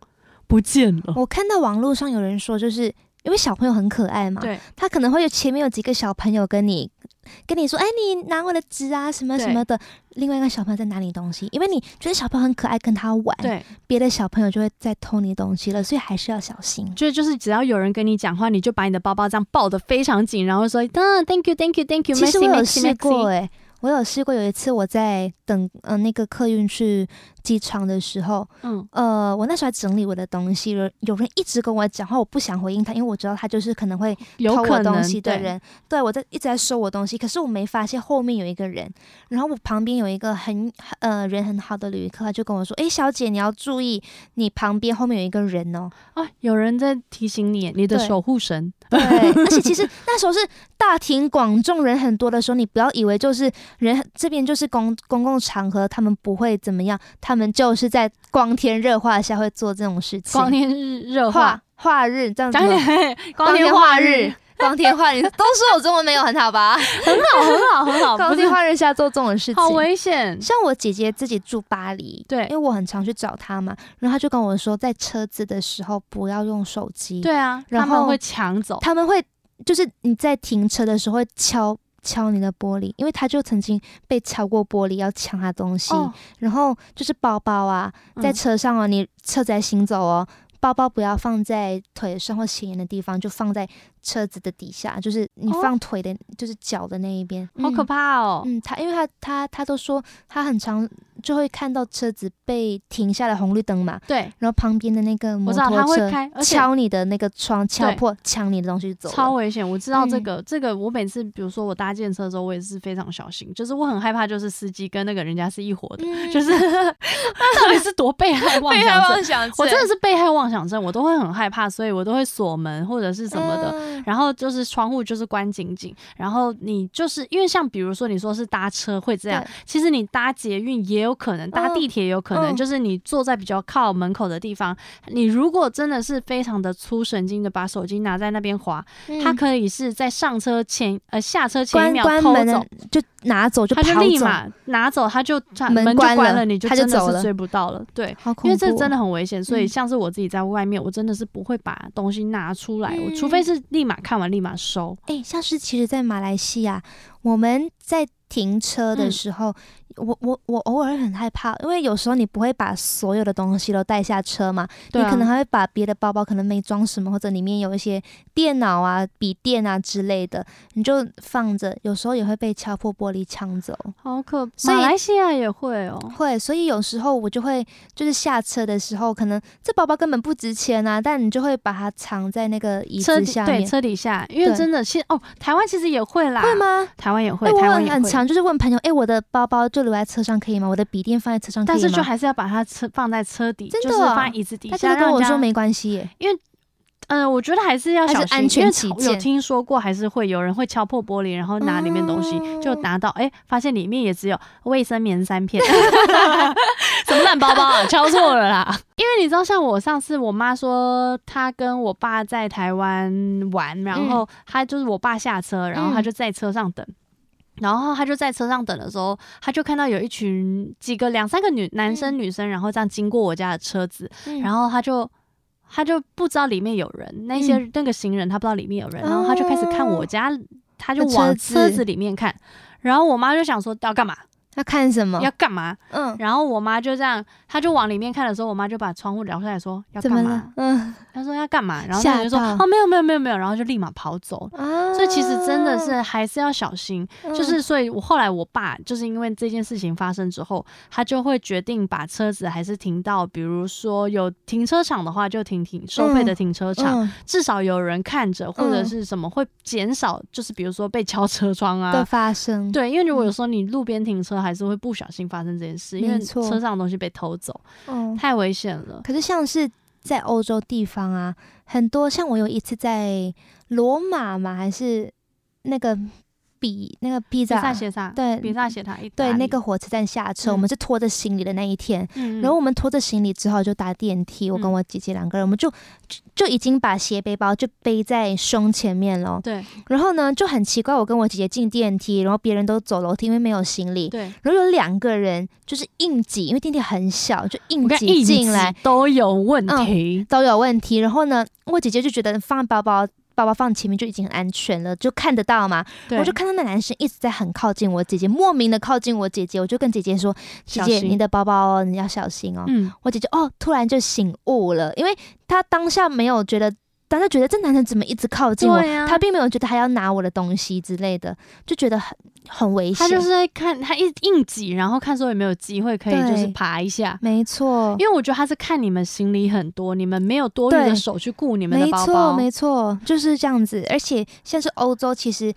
Speaker 2: 不见了。
Speaker 3: 我看到网络上有人说，就是因为小朋友很可爱嘛，
Speaker 2: 对
Speaker 3: 他可能会有前面有几个小朋友跟你跟你说，哎，你拿我的纸啊，什么
Speaker 2: 对
Speaker 3: 什么的。另外一个小朋友在拿你东西，因为你觉得小朋友很可爱，跟他玩，
Speaker 2: 对，
Speaker 3: 别的小朋友就会再偷你东西了，所以还是要小心。
Speaker 2: 就就是只要有人跟你讲话，你就把你的包包这样抱得非常紧，然后说啊，thank you，thank you，thank you，
Speaker 3: 其实
Speaker 2: merci，
Speaker 3: 我有
Speaker 2: merci，
Speaker 3: 试过
Speaker 2: merci
Speaker 3: 哎、我有试过，有一次我在等呃那个客运去机场的时候，
Speaker 2: 嗯，
Speaker 3: 呃，我那时候还整理我的东西，有有人一直跟我讲话，我不想回应他，因为我知道他就是可能会
Speaker 2: 有
Speaker 3: 偷
Speaker 2: 可
Speaker 3: 我
Speaker 2: 能
Speaker 3: 东西的，人，对我在一直在收我东西，可是我没发现后面有一个人，然后我旁边有一个很呃人很好的旅客，他就跟我说：“诶，小姐，你要注意，你旁边后面有一个人哦。
Speaker 2: 对啊，有人在提醒你，你的
Speaker 3: 对
Speaker 2: 守护神，” (laughs)
Speaker 3: 对，而且其实那时候是大庭广众人很多的时候，你不要以为就是人很这边就是公公共场合，他们不会怎么样，他们就是在光天热化下会做这种事情。
Speaker 2: 光天日热
Speaker 3: 化，嗯化日这样子
Speaker 2: 呃讲
Speaker 3: 吗，
Speaker 2: 起
Speaker 3: (laughs)
Speaker 2: 来 (laughs) 光天化日，，
Speaker 3: 光天化日，都说我中文没有很好
Speaker 2: (laughs)
Speaker 3: 吧？
Speaker 2: 很好，很好，
Speaker 3: (laughs)
Speaker 2: 很好，
Speaker 3: 高
Speaker 2: 不
Speaker 3: 地
Speaker 2: 是
Speaker 3: 花人下做这种事情。
Speaker 2: 好危险，
Speaker 3: 像我姐姐自己住巴黎，因
Speaker 2: 对
Speaker 3: 为我很常去找她嘛，然后她就跟我说，在车子的时候不要用手机，
Speaker 2: 对啊，他
Speaker 3: 然
Speaker 2: 们
Speaker 3: 后
Speaker 2: 会抢走。
Speaker 3: 他们会就是你在停车的时候会敲敲你的玻璃，因为她就曾经被敲过玻璃要抢她东西，
Speaker 2: 哦
Speaker 3: 然后就是包包啊，在
Speaker 2: 嗯
Speaker 3: 车上哦，你车子在行走哦。包包不要放在腿上或显眼的地方，就放在车子的底下，就是你
Speaker 2: 哦
Speaker 3: 放腿的，就是脚的那一边。
Speaker 2: 好可
Speaker 3: 嗯
Speaker 2: 怕哦！
Speaker 3: 嗯，他因为他他他都说他很常就会看到车子被停下来红绿灯嘛，
Speaker 2: 对，
Speaker 3: 然后旁边的那个摩
Speaker 2: 我知道
Speaker 3: 托
Speaker 2: 他会
Speaker 3: 车
Speaker 2: 开，而且
Speaker 3: 敲你的那个窗，敲
Speaker 2: 对
Speaker 3: 破抢你的东西就走
Speaker 2: 超
Speaker 3: 了。
Speaker 2: 危险。我知道这
Speaker 3: 嗯
Speaker 2: 个，这个我每次比如说我搭建车的时候，我也是非常小心，就是我很害怕，就是司机跟那个人家是一伙的，
Speaker 3: 嗯
Speaker 2: 就是到底是多被害
Speaker 3: (laughs)
Speaker 2: 妄想症。
Speaker 3: 想
Speaker 2: (laughs) 我真的是被害妄想症，我都会很害怕，所以我都会锁门或者是什么的。
Speaker 3: 的，
Speaker 2: 然后就是窗户就是关紧紧，然后你就是因为像比如说你说是搭车会这样
Speaker 3: 对，
Speaker 2: 其实你搭捷运也有可能，搭
Speaker 3: 嗯
Speaker 2: 地铁也有可能，
Speaker 3: 嗯
Speaker 2: 就是你坐在比较靠门口的地方，你如果真的是非常的粗神经的把手机拿在那边滑，
Speaker 3: 嗯
Speaker 2: 它可以是在上车前呃下车前一
Speaker 3: 关
Speaker 2: 秒
Speaker 3: 关
Speaker 2: 偷
Speaker 3: 门
Speaker 2: 走
Speaker 3: 的。就拿走就
Speaker 2: 他
Speaker 3: 跑
Speaker 2: 就
Speaker 3: 走，
Speaker 2: 立马拿走，他就他
Speaker 3: 门
Speaker 2: 门就
Speaker 3: 关
Speaker 2: 关
Speaker 3: 了
Speaker 2: 了，你就
Speaker 3: 他就
Speaker 2: 真的
Speaker 3: 走
Speaker 2: 是
Speaker 3: 了
Speaker 2: 追不到了。对，
Speaker 3: 好恐怖哦，
Speaker 2: 因为这真的很危险，所以
Speaker 3: 嗯
Speaker 2: 像是我自己在外面，我真的是不会把东西拿出来，我除
Speaker 3: 嗯
Speaker 2: 非是立马看完立马收。
Speaker 3: 哎、像是其实，在马来西亚，我们在停车的
Speaker 2: 嗯
Speaker 3: 时候，我我我偶尔很害怕，因为有时候你不会把所有的东西都带下车嘛，
Speaker 2: 对啊
Speaker 3: 你可能还会把别的包包可能没装什么，或者里面有一些电脑啊、笔电啊之类的，你就放着，有时候也会被敲破玻璃抢走。
Speaker 2: 好可
Speaker 3: 所以
Speaker 2: 马来西亚也会哦。
Speaker 3: 会，所以有时候我就会就是下车的时候，可能这包包根本不值钱啊，但你就会把它藏在那个椅
Speaker 2: 车
Speaker 3: 子
Speaker 2: 底
Speaker 3: 下
Speaker 2: 对
Speaker 3: 面，
Speaker 2: 车底下，因为
Speaker 3: 对
Speaker 2: 真的现哦，台湾其实也会啦，
Speaker 3: 会？吗？
Speaker 2: 台湾也会
Speaker 3: 哎，，我
Speaker 2: 台湾
Speaker 3: 很
Speaker 2: 也
Speaker 3: 很
Speaker 2: 会，
Speaker 3: 常就是问朋友，哎、我的包包就留在车上可以吗？我的笔电放在车上可以
Speaker 2: 但
Speaker 3: 吗？
Speaker 2: 是就还是要把它车放在车底，
Speaker 3: 真的
Speaker 2: 就是
Speaker 3: 哦
Speaker 2: 放在椅子底
Speaker 3: 他
Speaker 2: 下，
Speaker 3: 真的跟
Speaker 2: 让
Speaker 3: 我
Speaker 2: 人
Speaker 3: 说
Speaker 2: 家
Speaker 3: 没关系耶，
Speaker 2: 嗯，我觉得还是要
Speaker 3: 还是
Speaker 2: 小心，
Speaker 3: 安全
Speaker 2: 因为
Speaker 3: 起
Speaker 2: 吵
Speaker 3: 见
Speaker 2: 有听说过还是会有人会敲破玻璃，然后拿里面东西，就
Speaker 3: 嗯
Speaker 2: 拿到，哎、发现里面也只有卫生棉三
Speaker 3: (laughs)
Speaker 2: 片。
Speaker 1: 什么烂包包啊，敲错了啦！
Speaker 2: (laughs) 因为你知道，像我上次我妈说，她跟我爸在台湾玩，
Speaker 3: 嗯
Speaker 2: 然后她就是我爸下车，然后她就在车上等。然后她就在车上等的时候，她就看到有一群几个两三个女男生
Speaker 3: 嗯
Speaker 2: 女生，然后这样经过我家的车子，
Speaker 3: 嗯
Speaker 2: 然后他就他就不知道里面有人，那些、
Speaker 3: 嗯
Speaker 2: 那个行人他不知道里面有人，
Speaker 3: 哦
Speaker 2: 然后他就开始看我家，他就
Speaker 3: 的车
Speaker 2: 往
Speaker 3: 子
Speaker 2: 车子里面看，然后我妈就想说要干嘛，
Speaker 3: 要看什么
Speaker 2: 要？干嘛，
Speaker 3: 嗯，
Speaker 2: 然后我妈就这样，她就往里面看的时候，我妈就把窗户摇下来说要
Speaker 3: 怎
Speaker 2: 干
Speaker 3: 么
Speaker 2: 嘛
Speaker 3: 了？，嗯
Speaker 2: 她说要干嘛，然后她就说
Speaker 3: 吓到
Speaker 2: 哦没有没有没有没有，然后就立马跑走。
Speaker 3: 啊
Speaker 2: (laughs) 所以其实真的
Speaker 3: 哦
Speaker 2: 是还是要小心，
Speaker 3: 嗯
Speaker 2: 就是所以我后来我爸就是因为这件事情发生之后，他就会决定把车子还是停到，比如说有停车场的话就停停收费的停车场，
Speaker 3: 嗯
Speaker 2: 至少有人看着或者
Speaker 3: 嗯
Speaker 2: 是什么会减少，就是比如说被敲车窗啊。
Speaker 3: 的发生，
Speaker 2: 对，因为如果有时候你路边停车，还是会不小心发生这件事，因为
Speaker 3: 嗯没错
Speaker 2: 车上的东西被偷走，
Speaker 3: 嗯，
Speaker 2: 太危险了。
Speaker 3: 可是像是在欧洲地方啊，很多像我有一次在罗马嘛，还是那个比那个披
Speaker 2: 比萨
Speaker 3: 萨，
Speaker 2: 斜塔，
Speaker 3: 对
Speaker 2: 比萨斜塔一
Speaker 3: 对，那个火车站下车，
Speaker 2: 嗯
Speaker 3: 我们是拖着行李的那一天，
Speaker 2: 嗯，嗯
Speaker 3: 然后我们拖着行李之后就搭电梯，我跟
Speaker 2: 嗯
Speaker 3: 我姐姐两个人，我们就就就已经把斜背包就背在胸前面了。
Speaker 2: 对
Speaker 3: 然后呢就很奇怪，我跟我姐姐进电梯，然后别人都走楼梯，因为没有行李。
Speaker 2: 对，
Speaker 3: 然后有两个人就是硬挤，因为电梯很小，就硬
Speaker 2: 我看
Speaker 3: 挤
Speaker 2: 一
Speaker 3: 进来
Speaker 2: 直都有问
Speaker 3: 嗯
Speaker 2: 题，
Speaker 3: 都有问题。然后呢，我姐姐就觉得嗯放包包。包包放前面就已经很安全了，就看得到嘛。
Speaker 2: 对
Speaker 3: 我就看到那男生一直在很靠近我姐姐，莫名的靠近我姐姐，我就跟姐姐说：“姐
Speaker 2: 小
Speaker 3: 姐，
Speaker 2: 心
Speaker 3: 你的包包哦，你要小心哦。”
Speaker 2: 嗯，
Speaker 3: 我姐姐哦，突然就醒悟了，因为她当下没有觉得，当下觉得这男人怎么一直靠近我，
Speaker 2: 对啊
Speaker 3: 她并没有觉得还要拿我的东西之类的，就觉得很很危险。
Speaker 2: 他就是在看他一硬挤，然后看说有没有机会可以就是
Speaker 3: 对
Speaker 2: 爬一下。
Speaker 3: 没错，
Speaker 2: 因为我觉得他是看你们行李很多，你们没有多余的
Speaker 3: 对
Speaker 2: 手去顾你们的
Speaker 3: 没
Speaker 2: 包
Speaker 3: 错，
Speaker 2: 包，
Speaker 3: 没错，就是这样子。而且像是欧洲，其实。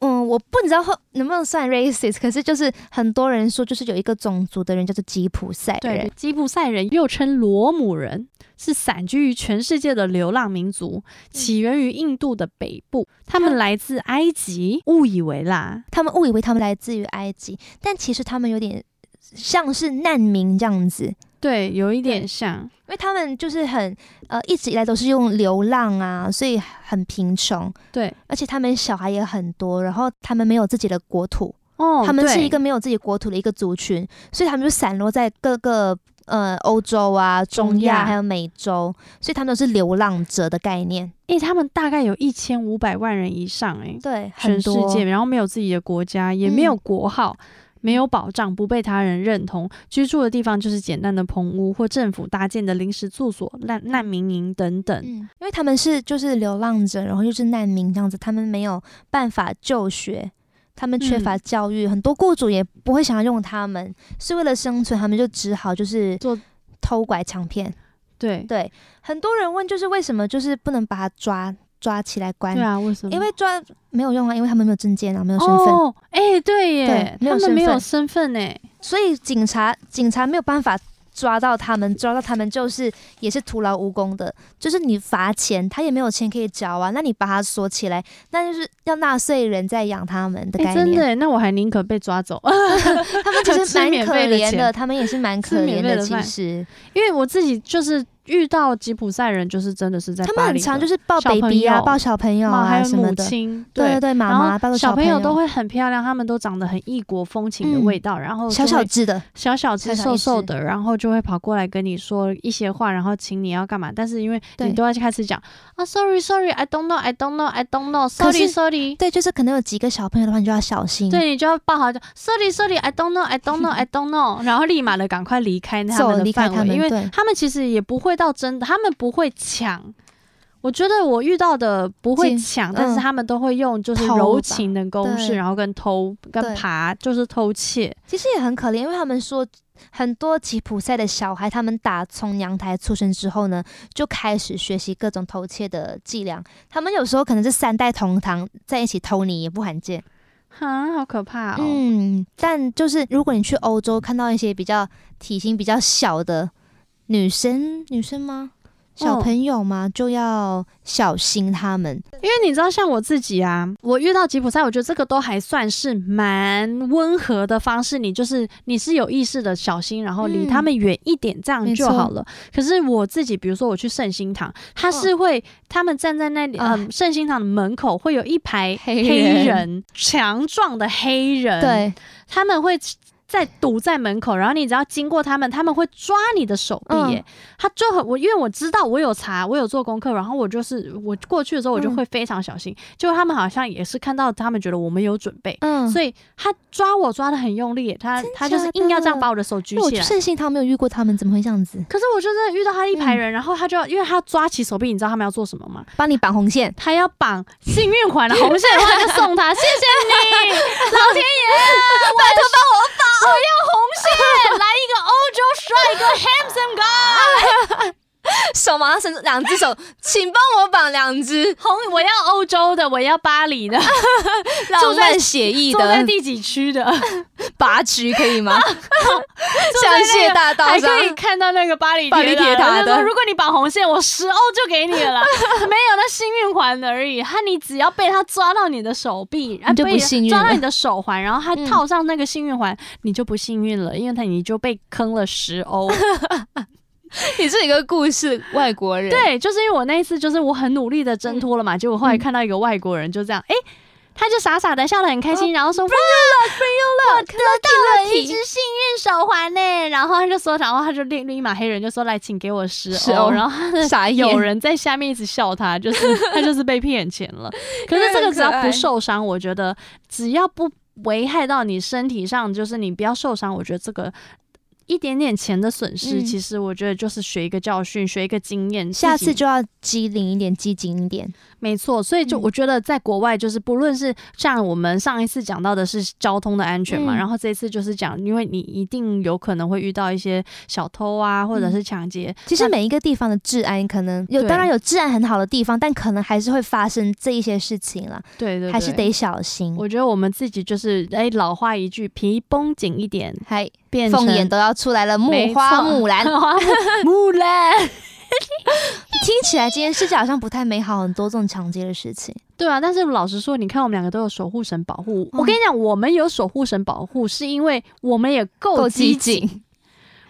Speaker 3: 嗯，我不知道会能不能算 racist，可是就是很多人说，就是有一个种族的人叫做吉普赛人
Speaker 2: 对，，吉普赛人又称罗姆人，是散居于全世界的流浪民族，
Speaker 3: 嗯
Speaker 2: 起源于印度的北部，他们来自埃及，误以为啦，
Speaker 3: 他们误以为他们来自于埃及，但其实他们有点像是难民这样子。
Speaker 2: 对，有一点像，
Speaker 3: 因为他们就是很呃，一直以来都是用流浪啊，所以很贫穷，
Speaker 2: 对，
Speaker 3: 而且他们小孩也很多，然后他们没有自己的国土，
Speaker 2: 哦，
Speaker 3: 他们是
Speaker 2: 对
Speaker 3: 一个没有自己国土的一个族群，所以他们就散落在各个呃欧洲啊、中
Speaker 2: 中亚
Speaker 3: 亚还有美洲，所以他们都是流浪者的概念，
Speaker 2: 诶，他们大概有一千五百万人以上、诶，
Speaker 3: 对，很
Speaker 2: 全世
Speaker 3: 多嗯
Speaker 2: 界，然后没有自己的国家，也没有国号，没有保障，不被他人认同，居住的地方就是简单的棚屋或政府搭建的临时住所、难难民营等等。
Speaker 3: 嗯，因为他们是就是流浪者，然后又是难民这样子，他们没有办法就学，他们缺
Speaker 2: 嗯
Speaker 3: 乏教育，很多雇主也不会想要用他们，是为了生存，他们就只好就是
Speaker 2: 做
Speaker 3: 偷拐抢骗。
Speaker 2: 对
Speaker 3: 对，很多人问就是为什么就是不能把他抓抓起来关，
Speaker 2: 对啊，为什么？
Speaker 3: 因为抓没有用啊，因为他们没有证件啊，没有身份，
Speaker 2: 哦，哎、对耶，
Speaker 3: 对没有
Speaker 2: 他们没
Speaker 3: 身
Speaker 2: 有
Speaker 3: 份
Speaker 2: 身份哎，
Speaker 3: 所以警察警察没有办法。抓到他们，抓到他们就是也是徒劳无功的，就是你罚钱，他也没有钱可以缴啊，那你把他锁起来，那就是要纳税人在养他们的
Speaker 2: 哎、
Speaker 3: 概
Speaker 2: 真
Speaker 3: 念。
Speaker 2: 的耶，那我还宁可被抓走， (laughs)
Speaker 3: 他们其实
Speaker 2: 吃
Speaker 3: 蛮
Speaker 2: 免
Speaker 3: 可
Speaker 2: 费的
Speaker 3: 怜
Speaker 2: 钱
Speaker 3: 的，他们也是蛮可
Speaker 2: 吃免
Speaker 3: 怜
Speaker 2: 费的
Speaker 3: 其
Speaker 2: 饭
Speaker 3: 实
Speaker 2: 因为我自己就是遇到吉普赛人，就是真的是在
Speaker 3: 他们
Speaker 2: 巴
Speaker 3: 很
Speaker 2: 黎
Speaker 3: 常
Speaker 2: 的
Speaker 3: 就是抱
Speaker 2: 小朋
Speaker 3: baby 啊，
Speaker 2: 友
Speaker 3: 抱小朋友
Speaker 2: 妈还
Speaker 3: 啊
Speaker 2: 有
Speaker 3: 什么
Speaker 2: 母
Speaker 3: 的，
Speaker 2: 亲，
Speaker 3: 对对对，妈
Speaker 2: 然后
Speaker 3: 妈抱个
Speaker 2: 小
Speaker 3: 朋
Speaker 2: 朋
Speaker 3: 友
Speaker 2: 友都会很漂亮，他们都长得很异国风情的
Speaker 3: 嗯
Speaker 2: 味道，然后
Speaker 3: 小
Speaker 2: 哦就
Speaker 3: 小
Speaker 2: 会
Speaker 3: 只的，
Speaker 2: 小小
Speaker 3: 小
Speaker 2: 只
Speaker 3: 小
Speaker 2: 瘦
Speaker 3: 一
Speaker 2: 瘦
Speaker 3: 只
Speaker 2: 的，然后就会跑过来跟你说一些话，然后请你要干嘛。但是因为
Speaker 3: 对
Speaker 2: 你都要开始讲啊，sorry sorry，I don't know，I don't know，I don't
Speaker 3: 可
Speaker 2: know，sorry
Speaker 3: 是嗯
Speaker 2: sorry，
Speaker 3: 对，就是可能有几个小朋友的话，你就要小心。
Speaker 2: 对，你就要抱好就 sorry sorry，I don't know，I don't know，I don't
Speaker 3: (laughs)
Speaker 2: know，然后立马的赶快离开他
Speaker 3: 走
Speaker 2: 们
Speaker 3: 离
Speaker 2: 的
Speaker 3: 开
Speaker 2: 范
Speaker 3: 他
Speaker 2: 围，
Speaker 3: 们，
Speaker 2: 因为
Speaker 3: 对
Speaker 2: 他们其实也不会到真的，他们不会抢。我觉得我遇到的不会
Speaker 3: 进
Speaker 2: 抢，但是
Speaker 3: 嗯
Speaker 2: 他们都会用就是
Speaker 3: 偷吧
Speaker 2: 柔情的攻势，
Speaker 3: 对
Speaker 2: 然后跟偷、
Speaker 3: 对
Speaker 2: 跟爬，就是偷窃。
Speaker 3: 其实也很可怜，因为他们说呃很多吉普赛的小孩，他们打从娘胎出生之后呢，就开始学习各种偷窃的伎俩。他们有时候可能是三代同堂在一起偷你也不罕见。
Speaker 2: 哈，好可怕哦！
Speaker 3: 嗯，但就是如果你去欧洲看到一些比较体型比较小的女生，女生吗？小
Speaker 2: 嗯
Speaker 3: 朋友嘛，就要小心他们。
Speaker 2: 因为你知道，像我自己啊，我遇到吉普赛，我觉得这个都还算是蛮温和的方式。你就是你是有意识的小心，然后离
Speaker 3: 嗯
Speaker 2: 他们远一点，这样
Speaker 3: 没
Speaker 2: 就
Speaker 3: 错
Speaker 2: 好了。可是我自己，比如说我去圣心堂，他是会、他们站在那里，
Speaker 3: 嗯啊
Speaker 2: 嗯、圣心堂的门口会有一排
Speaker 3: 黑人
Speaker 2: 黑人，强壮的黑人，，
Speaker 3: 对，
Speaker 2: 他们会。在堵在门口，然后你只要经过他们，他们会抓你的手臂
Speaker 3: 嗯
Speaker 2: 耶。他就很我，因为我知道我有查，我有做功课，然后我就是我过去的时候我就
Speaker 3: 嗯
Speaker 2: 会非常小心。结果他们好像也是看到，他们觉得我们有准备，
Speaker 3: 嗯，
Speaker 2: 所以他抓我抓的很用力耶，他
Speaker 3: 真
Speaker 2: 他就是
Speaker 3: 假的
Speaker 2: 硬要这样把我的手举
Speaker 3: 因为我
Speaker 2: 起
Speaker 3: 去
Speaker 2: 来。
Speaker 3: 圣信堂没有遇过他们，怎么会这样子？
Speaker 2: 可是我就真的遇到他一排人，然后他就要，因为他抓起手臂，你知道他们要做什么吗？
Speaker 3: 帮你绑红线。
Speaker 2: 他要绑幸运环的红 (laughs) 线，然后就送他，谢谢你，老天 (laughs) 爷，拜托帮我绑，我要红线，来一个欧洲帅哥 handsome guy，
Speaker 3: 手忙伸，两只 (laughs) 手，请帮我绑两只，
Speaker 2: 红我要欧洲的，我要巴黎
Speaker 3: 啊
Speaker 2: 的，
Speaker 3: 浪漫写意
Speaker 2: 住在
Speaker 3: 的
Speaker 2: 第几区的，
Speaker 3: (laughs) 拔菊可以 (laughs) 吗？
Speaker 2: 在那
Speaker 3: 香榭
Speaker 2: 个
Speaker 3: 大道
Speaker 2: 还可以
Speaker 3: 上，
Speaker 2: 看到那个巴黎
Speaker 3: 巴黎铁
Speaker 2: 铁
Speaker 3: 塔
Speaker 2: 塔，我就
Speaker 3: 的
Speaker 2: 说如果你绑红线，我十欧就给你
Speaker 3: (laughs)
Speaker 2: 了，没有那幸运环而已，他你只要被他抓到你的手臂，啊
Speaker 3: 你就不
Speaker 2: 被
Speaker 3: 幸运
Speaker 2: 抓到
Speaker 3: 了
Speaker 2: 你的手环，然后他
Speaker 3: 嗯
Speaker 2: 套上那个幸运环，你就不幸运了，因为他你就被坑了十欧。
Speaker 3: 你是一个故事外国人，
Speaker 2: 对，就是因为我那一次就是我很努力的挣脱了嘛，结果后来
Speaker 3: 嗯
Speaker 2: 看到一个外国人就这样，哎、他就傻傻的笑得很开
Speaker 3: 嗯
Speaker 2: 心，然后说 real luck，real luck，得到了一只幸运手环呢。然后他就说，然后他就立立马黑人就说来，请给我十
Speaker 3: 十
Speaker 2: 欧。
Speaker 3: 欧哎
Speaker 2: 然后他的
Speaker 3: 傻眼
Speaker 2: 有人在下面一直笑他，就是
Speaker 3: (laughs)
Speaker 2: 他就是被骗钱了。可
Speaker 3: 因为
Speaker 2: 是这
Speaker 3: 很
Speaker 2: 个
Speaker 3: 可
Speaker 2: 只要
Speaker 3: 爱
Speaker 2: 不受伤，我觉得只要不危害到你身体上，就是你不要受伤，我觉得这个。一点点钱的损失，
Speaker 3: 嗯
Speaker 2: 其实我觉得就是学一个教训，学一个经验。
Speaker 3: 下
Speaker 2: 自
Speaker 3: 次
Speaker 2: 己
Speaker 3: 就要机灵一点，机警一点。
Speaker 2: 没错，所以就
Speaker 3: 嗯
Speaker 2: 我觉得在国外，就是不论是像我们上一次讲到的是交通的安全嘛，
Speaker 3: 嗯
Speaker 2: 然后这一次就是讲，因为你一定有可能会遇到一些小偷啊，或
Speaker 3: 嗯
Speaker 2: 者是抢劫，
Speaker 3: 其实每一个地方的治安可能有，
Speaker 2: 对
Speaker 3: 当然有治安很好的地方，但可能还是会发生这一些事情啦，
Speaker 2: 对对对，
Speaker 3: 还是。得小心。
Speaker 2: 我觉得我们自己就是哎，老话一句，皮绷紧一点，
Speaker 3: 还
Speaker 2: 变成
Speaker 3: 凤眼都要出来了，木花木兰， (laughs)
Speaker 2: 木兰，
Speaker 3: 听起来今天世界好像不太美好，很多这种抢劫的事情。
Speaker 2: 对啊。但是老实说，你看我们两个都有守护神保护。
Speaker 3: 嗯
Speaker 2: 我跟你讲，我们有守护神保护，是因为我们也够积极，
Speaker 3: 警，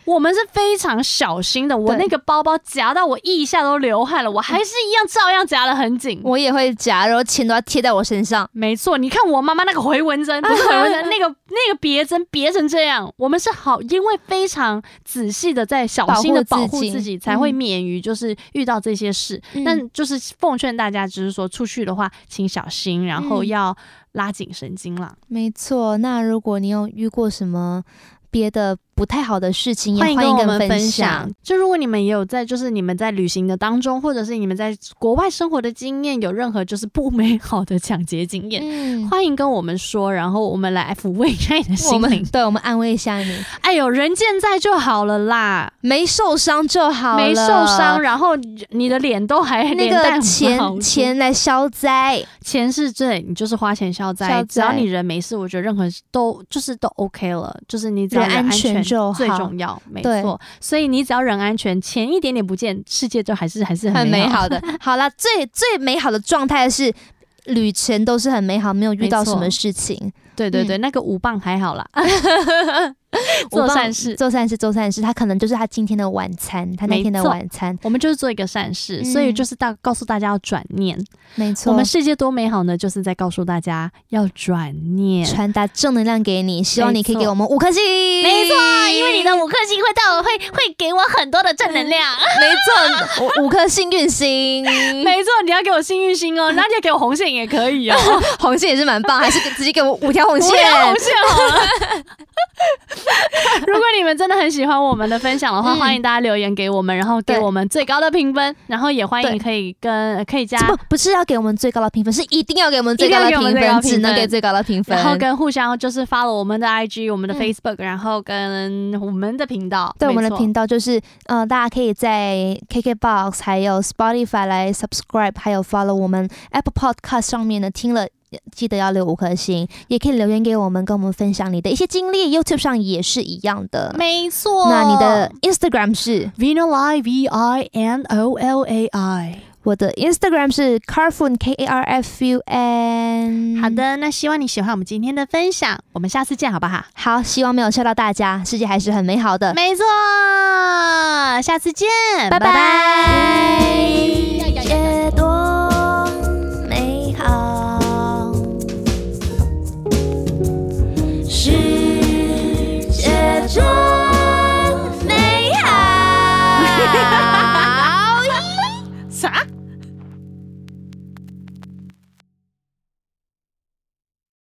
Speaker 2: 我们是非常小心的，我
Speaker 3: 对
Speaker 2: 那个包包夹到我腋下都流汗了，我还是一样照样夹得很紧。
Speaker 3: 我也会夹，然后钱都要贴在我身上。
Speaker 2: 没错，你看我妈妈那个回纹针，不是回纹
Speaker 3: (laughs)
Speaker 2: 针，那个那个别针别成这样，我们是好，因为非常仔细的在小心的
Speaker 3: 保
Speaker 2: 保
Speaker 3: 护自
Speaker 2: 护
Speaker 3: 己
Speaker 2: 自己，才会
Speaker 3: 嗯
Speaker 2: 免于就是遇到这些事。但就是奉劝大家，就是说出去的话，请小心，然后
Speaker 3: 嗯
Speaker 2: 要拉紧神经啦。
Speaker 3: 没错，那如果你有遇过什么别的不太好的事情，也
Speaker 2: 欢迎
Speaker 3: 欢
Speaker 2: 跟
Speaker 3: 迎
Speaker 2: 我
Speaker 3: 我
Speaker 2: 们
Speaker 3: 分
Speaker 2: 分享。。就如果你们也有在，就是你们在旅行的当中，或者是你们在国外生活的经验，有任何就是不美好的抢劫经验，
Speaker 3: 嗯，
Speaker 2: 欢迎跟我们说，然后我们来抚慰一下你的
Speaker 3: 我
Speaker 2: 心
Speaker 3: 们
Speaker 2: 灵。
Speaker 3: 对我们安慰一下你，
Speaker 2: 哎呦，人健在就好了啦，
Speaker 3: 没受伤就好了
Speaker 2: 没受伤，。然后你的脸都还
Speaker 3: 那
Speaker 2: 脸蛋
Speaker 3: 个
Speaker 2: 很好
Speaker 3: 钱钱来消灾，
Speaker 2: 钱是对，你就是花钱消灾，
Speaker 3: 消灾
Speaker 2: 只要你人没事，我觉得任何都就是都 OK 了，就是你只要
Speaker 3: 人安
Speaker 2: 安
Speaker 3: 全就好
Speaker 2: 最重要，没
Speaker 3: 对
Speaker 2: 错。所以你只要人安全，钱一点点不见，世界就还是还是
Speaker 3: 很
Speaker 2: 美
Speaker 3: 美好的。 (laughs) 好啦，最最美好的状态是旅程都是很美好，没有遇到
Speaker 2: 没
Speaker 3: 什
Speaker 2: 错
Speaker 3: 么事情。 (laughs)
Speaker 2: 对对对，那个五磅还好啦。
Speaker 3: 我
Speaker 1: 做
Speaker 3: 帮
Speaker 1: 善事
Speaker 3: 做善事，做善事，他可能就是他今天的晚餐，他那
Speaker 2: 没
Speaker 3: 天的
Speaker 2: 错
Speaker 3: 晚餐，
Speaker 2: 我们就是做一个善事，所以
Speaker 3: 嗯
Speaker 2: 就是大告诉大家要转念。
Speaker 3: 没错。
Speaker 2: 我们世界多美好呢，就是在告诉大家要转念。
Speaker 3: 传达正能量给你，希望你可以
Speaker 2: 没错
Speaker 3: 给我们五颗星。
Speaker 1: 没错，因为你的五颗星会到我会会给我很多的正能量。
Speaker 3: 没错，五五颗幸运
Speaker 2: (laughs)
Speaker 3: 星，
Speaker 2: 没错，你要给我幸运星哦，那你要给我红线也可
Speaker 3: (laughs)
Speaker 2: 以哦，
Speaker 3: 红线也是蛮棒，还是给直接给我五条红
Speaker 2: 我
Speaker 3: 线。
Speaker 2: 要红线好了。 (laughs) 如果你们真的很喜欢我们的分享的话，
Speaker 3: 嗯
Speaker 2: 欢迎大家留言给我们，然后给
Speaker 3: 对
Speaker 2: 我们最高的评分，然后也欢迎
Speaker 3: 对
Speaker 2: 可以跟呃可以加，
Speaker 3: 不不是要给我们最高的评分，是一定要给我们最高的
Speaker 2: 一定要给
Speaker 3: 评
Speaker 2: 我们最高
Speaker 3: 分，
Speaker 2: 的评分
Speaker 3: 只能给最高的评分。
Speaker 2: 然后跟互相就是 follow 我们的 IG、我们的
Speaker 3: 嗯
Speaker 2: Facebook，、然后跟我们的频道，
Speaker 3: 对我们的
Speaker 2: 没错
Speaker 3: 频道就是，呃，大家可以在 KKBox 还有 Spotify 来 subscribe，还有 follow 我们 Apple Podcast 上面呢，听了。呃记得要留五颗星，也可以留言给我们，跟我们分享你的一些经历。YouTube 上也是一样的。
Speaker 1: 没错
Speaker 3: 那你的 Instagram 是
Speaker 2: Vinolai V I N O L A I。
Speaker 3: 我的 Instagram 是 Carfun K A R F U N。
Speaker 2: 好，的，那希望你喜欢我们今天的分享，我们下次见，好不好？
Speaker 3: 好，希望没有吓到大家，世界还是很美好的。
Speaker 2: 没错，下次见，
Speaker 3: 拜
Speaker 2: 拜
Speaker 3: 拜。
Speaker 1: 呀呀呀呀
Speaker 3: 越多美好，世 (laughs)